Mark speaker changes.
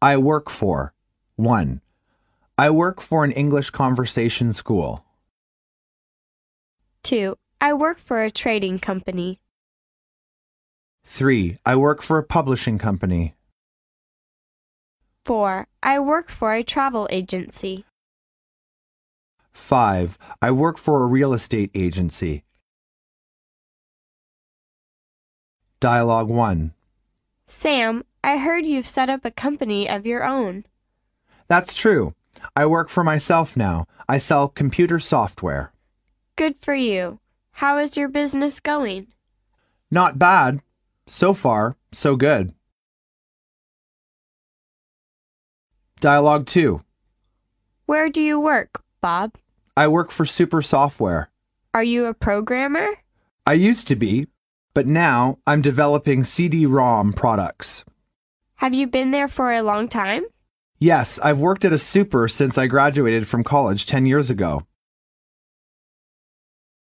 Speaker 1: I work for 1. I work for an English conversation school.
Speaker 2: 2. I work for a trading company.
Speaker 1: 3. I work for a publishing company.
Speaker 2: 4. I work for a travel agency.
Speaker 1: 5. I work for a real estate agency. Dialogue 1.
Speaker 2: Sam, I heard you've set up a company of your own.
Speaker 1: That's true. I work for myself now. I sell computer software.
Speaker 2: Good for you. How is your business going?
Speaker 1: Not bad. So far, so good. Dialogue 2.
Speaker 2: Where do you work, Bob?
Speaker 1: I work for Super Software.
Speaker 2: Are you a programmer?
Speaker 1: I used to be, but now I'm developing CD ROM products.
Speaker 2: Have you been there for a long time?
Speaker 1: Yes, I've worked at a super since I graduated from college 10 years ago.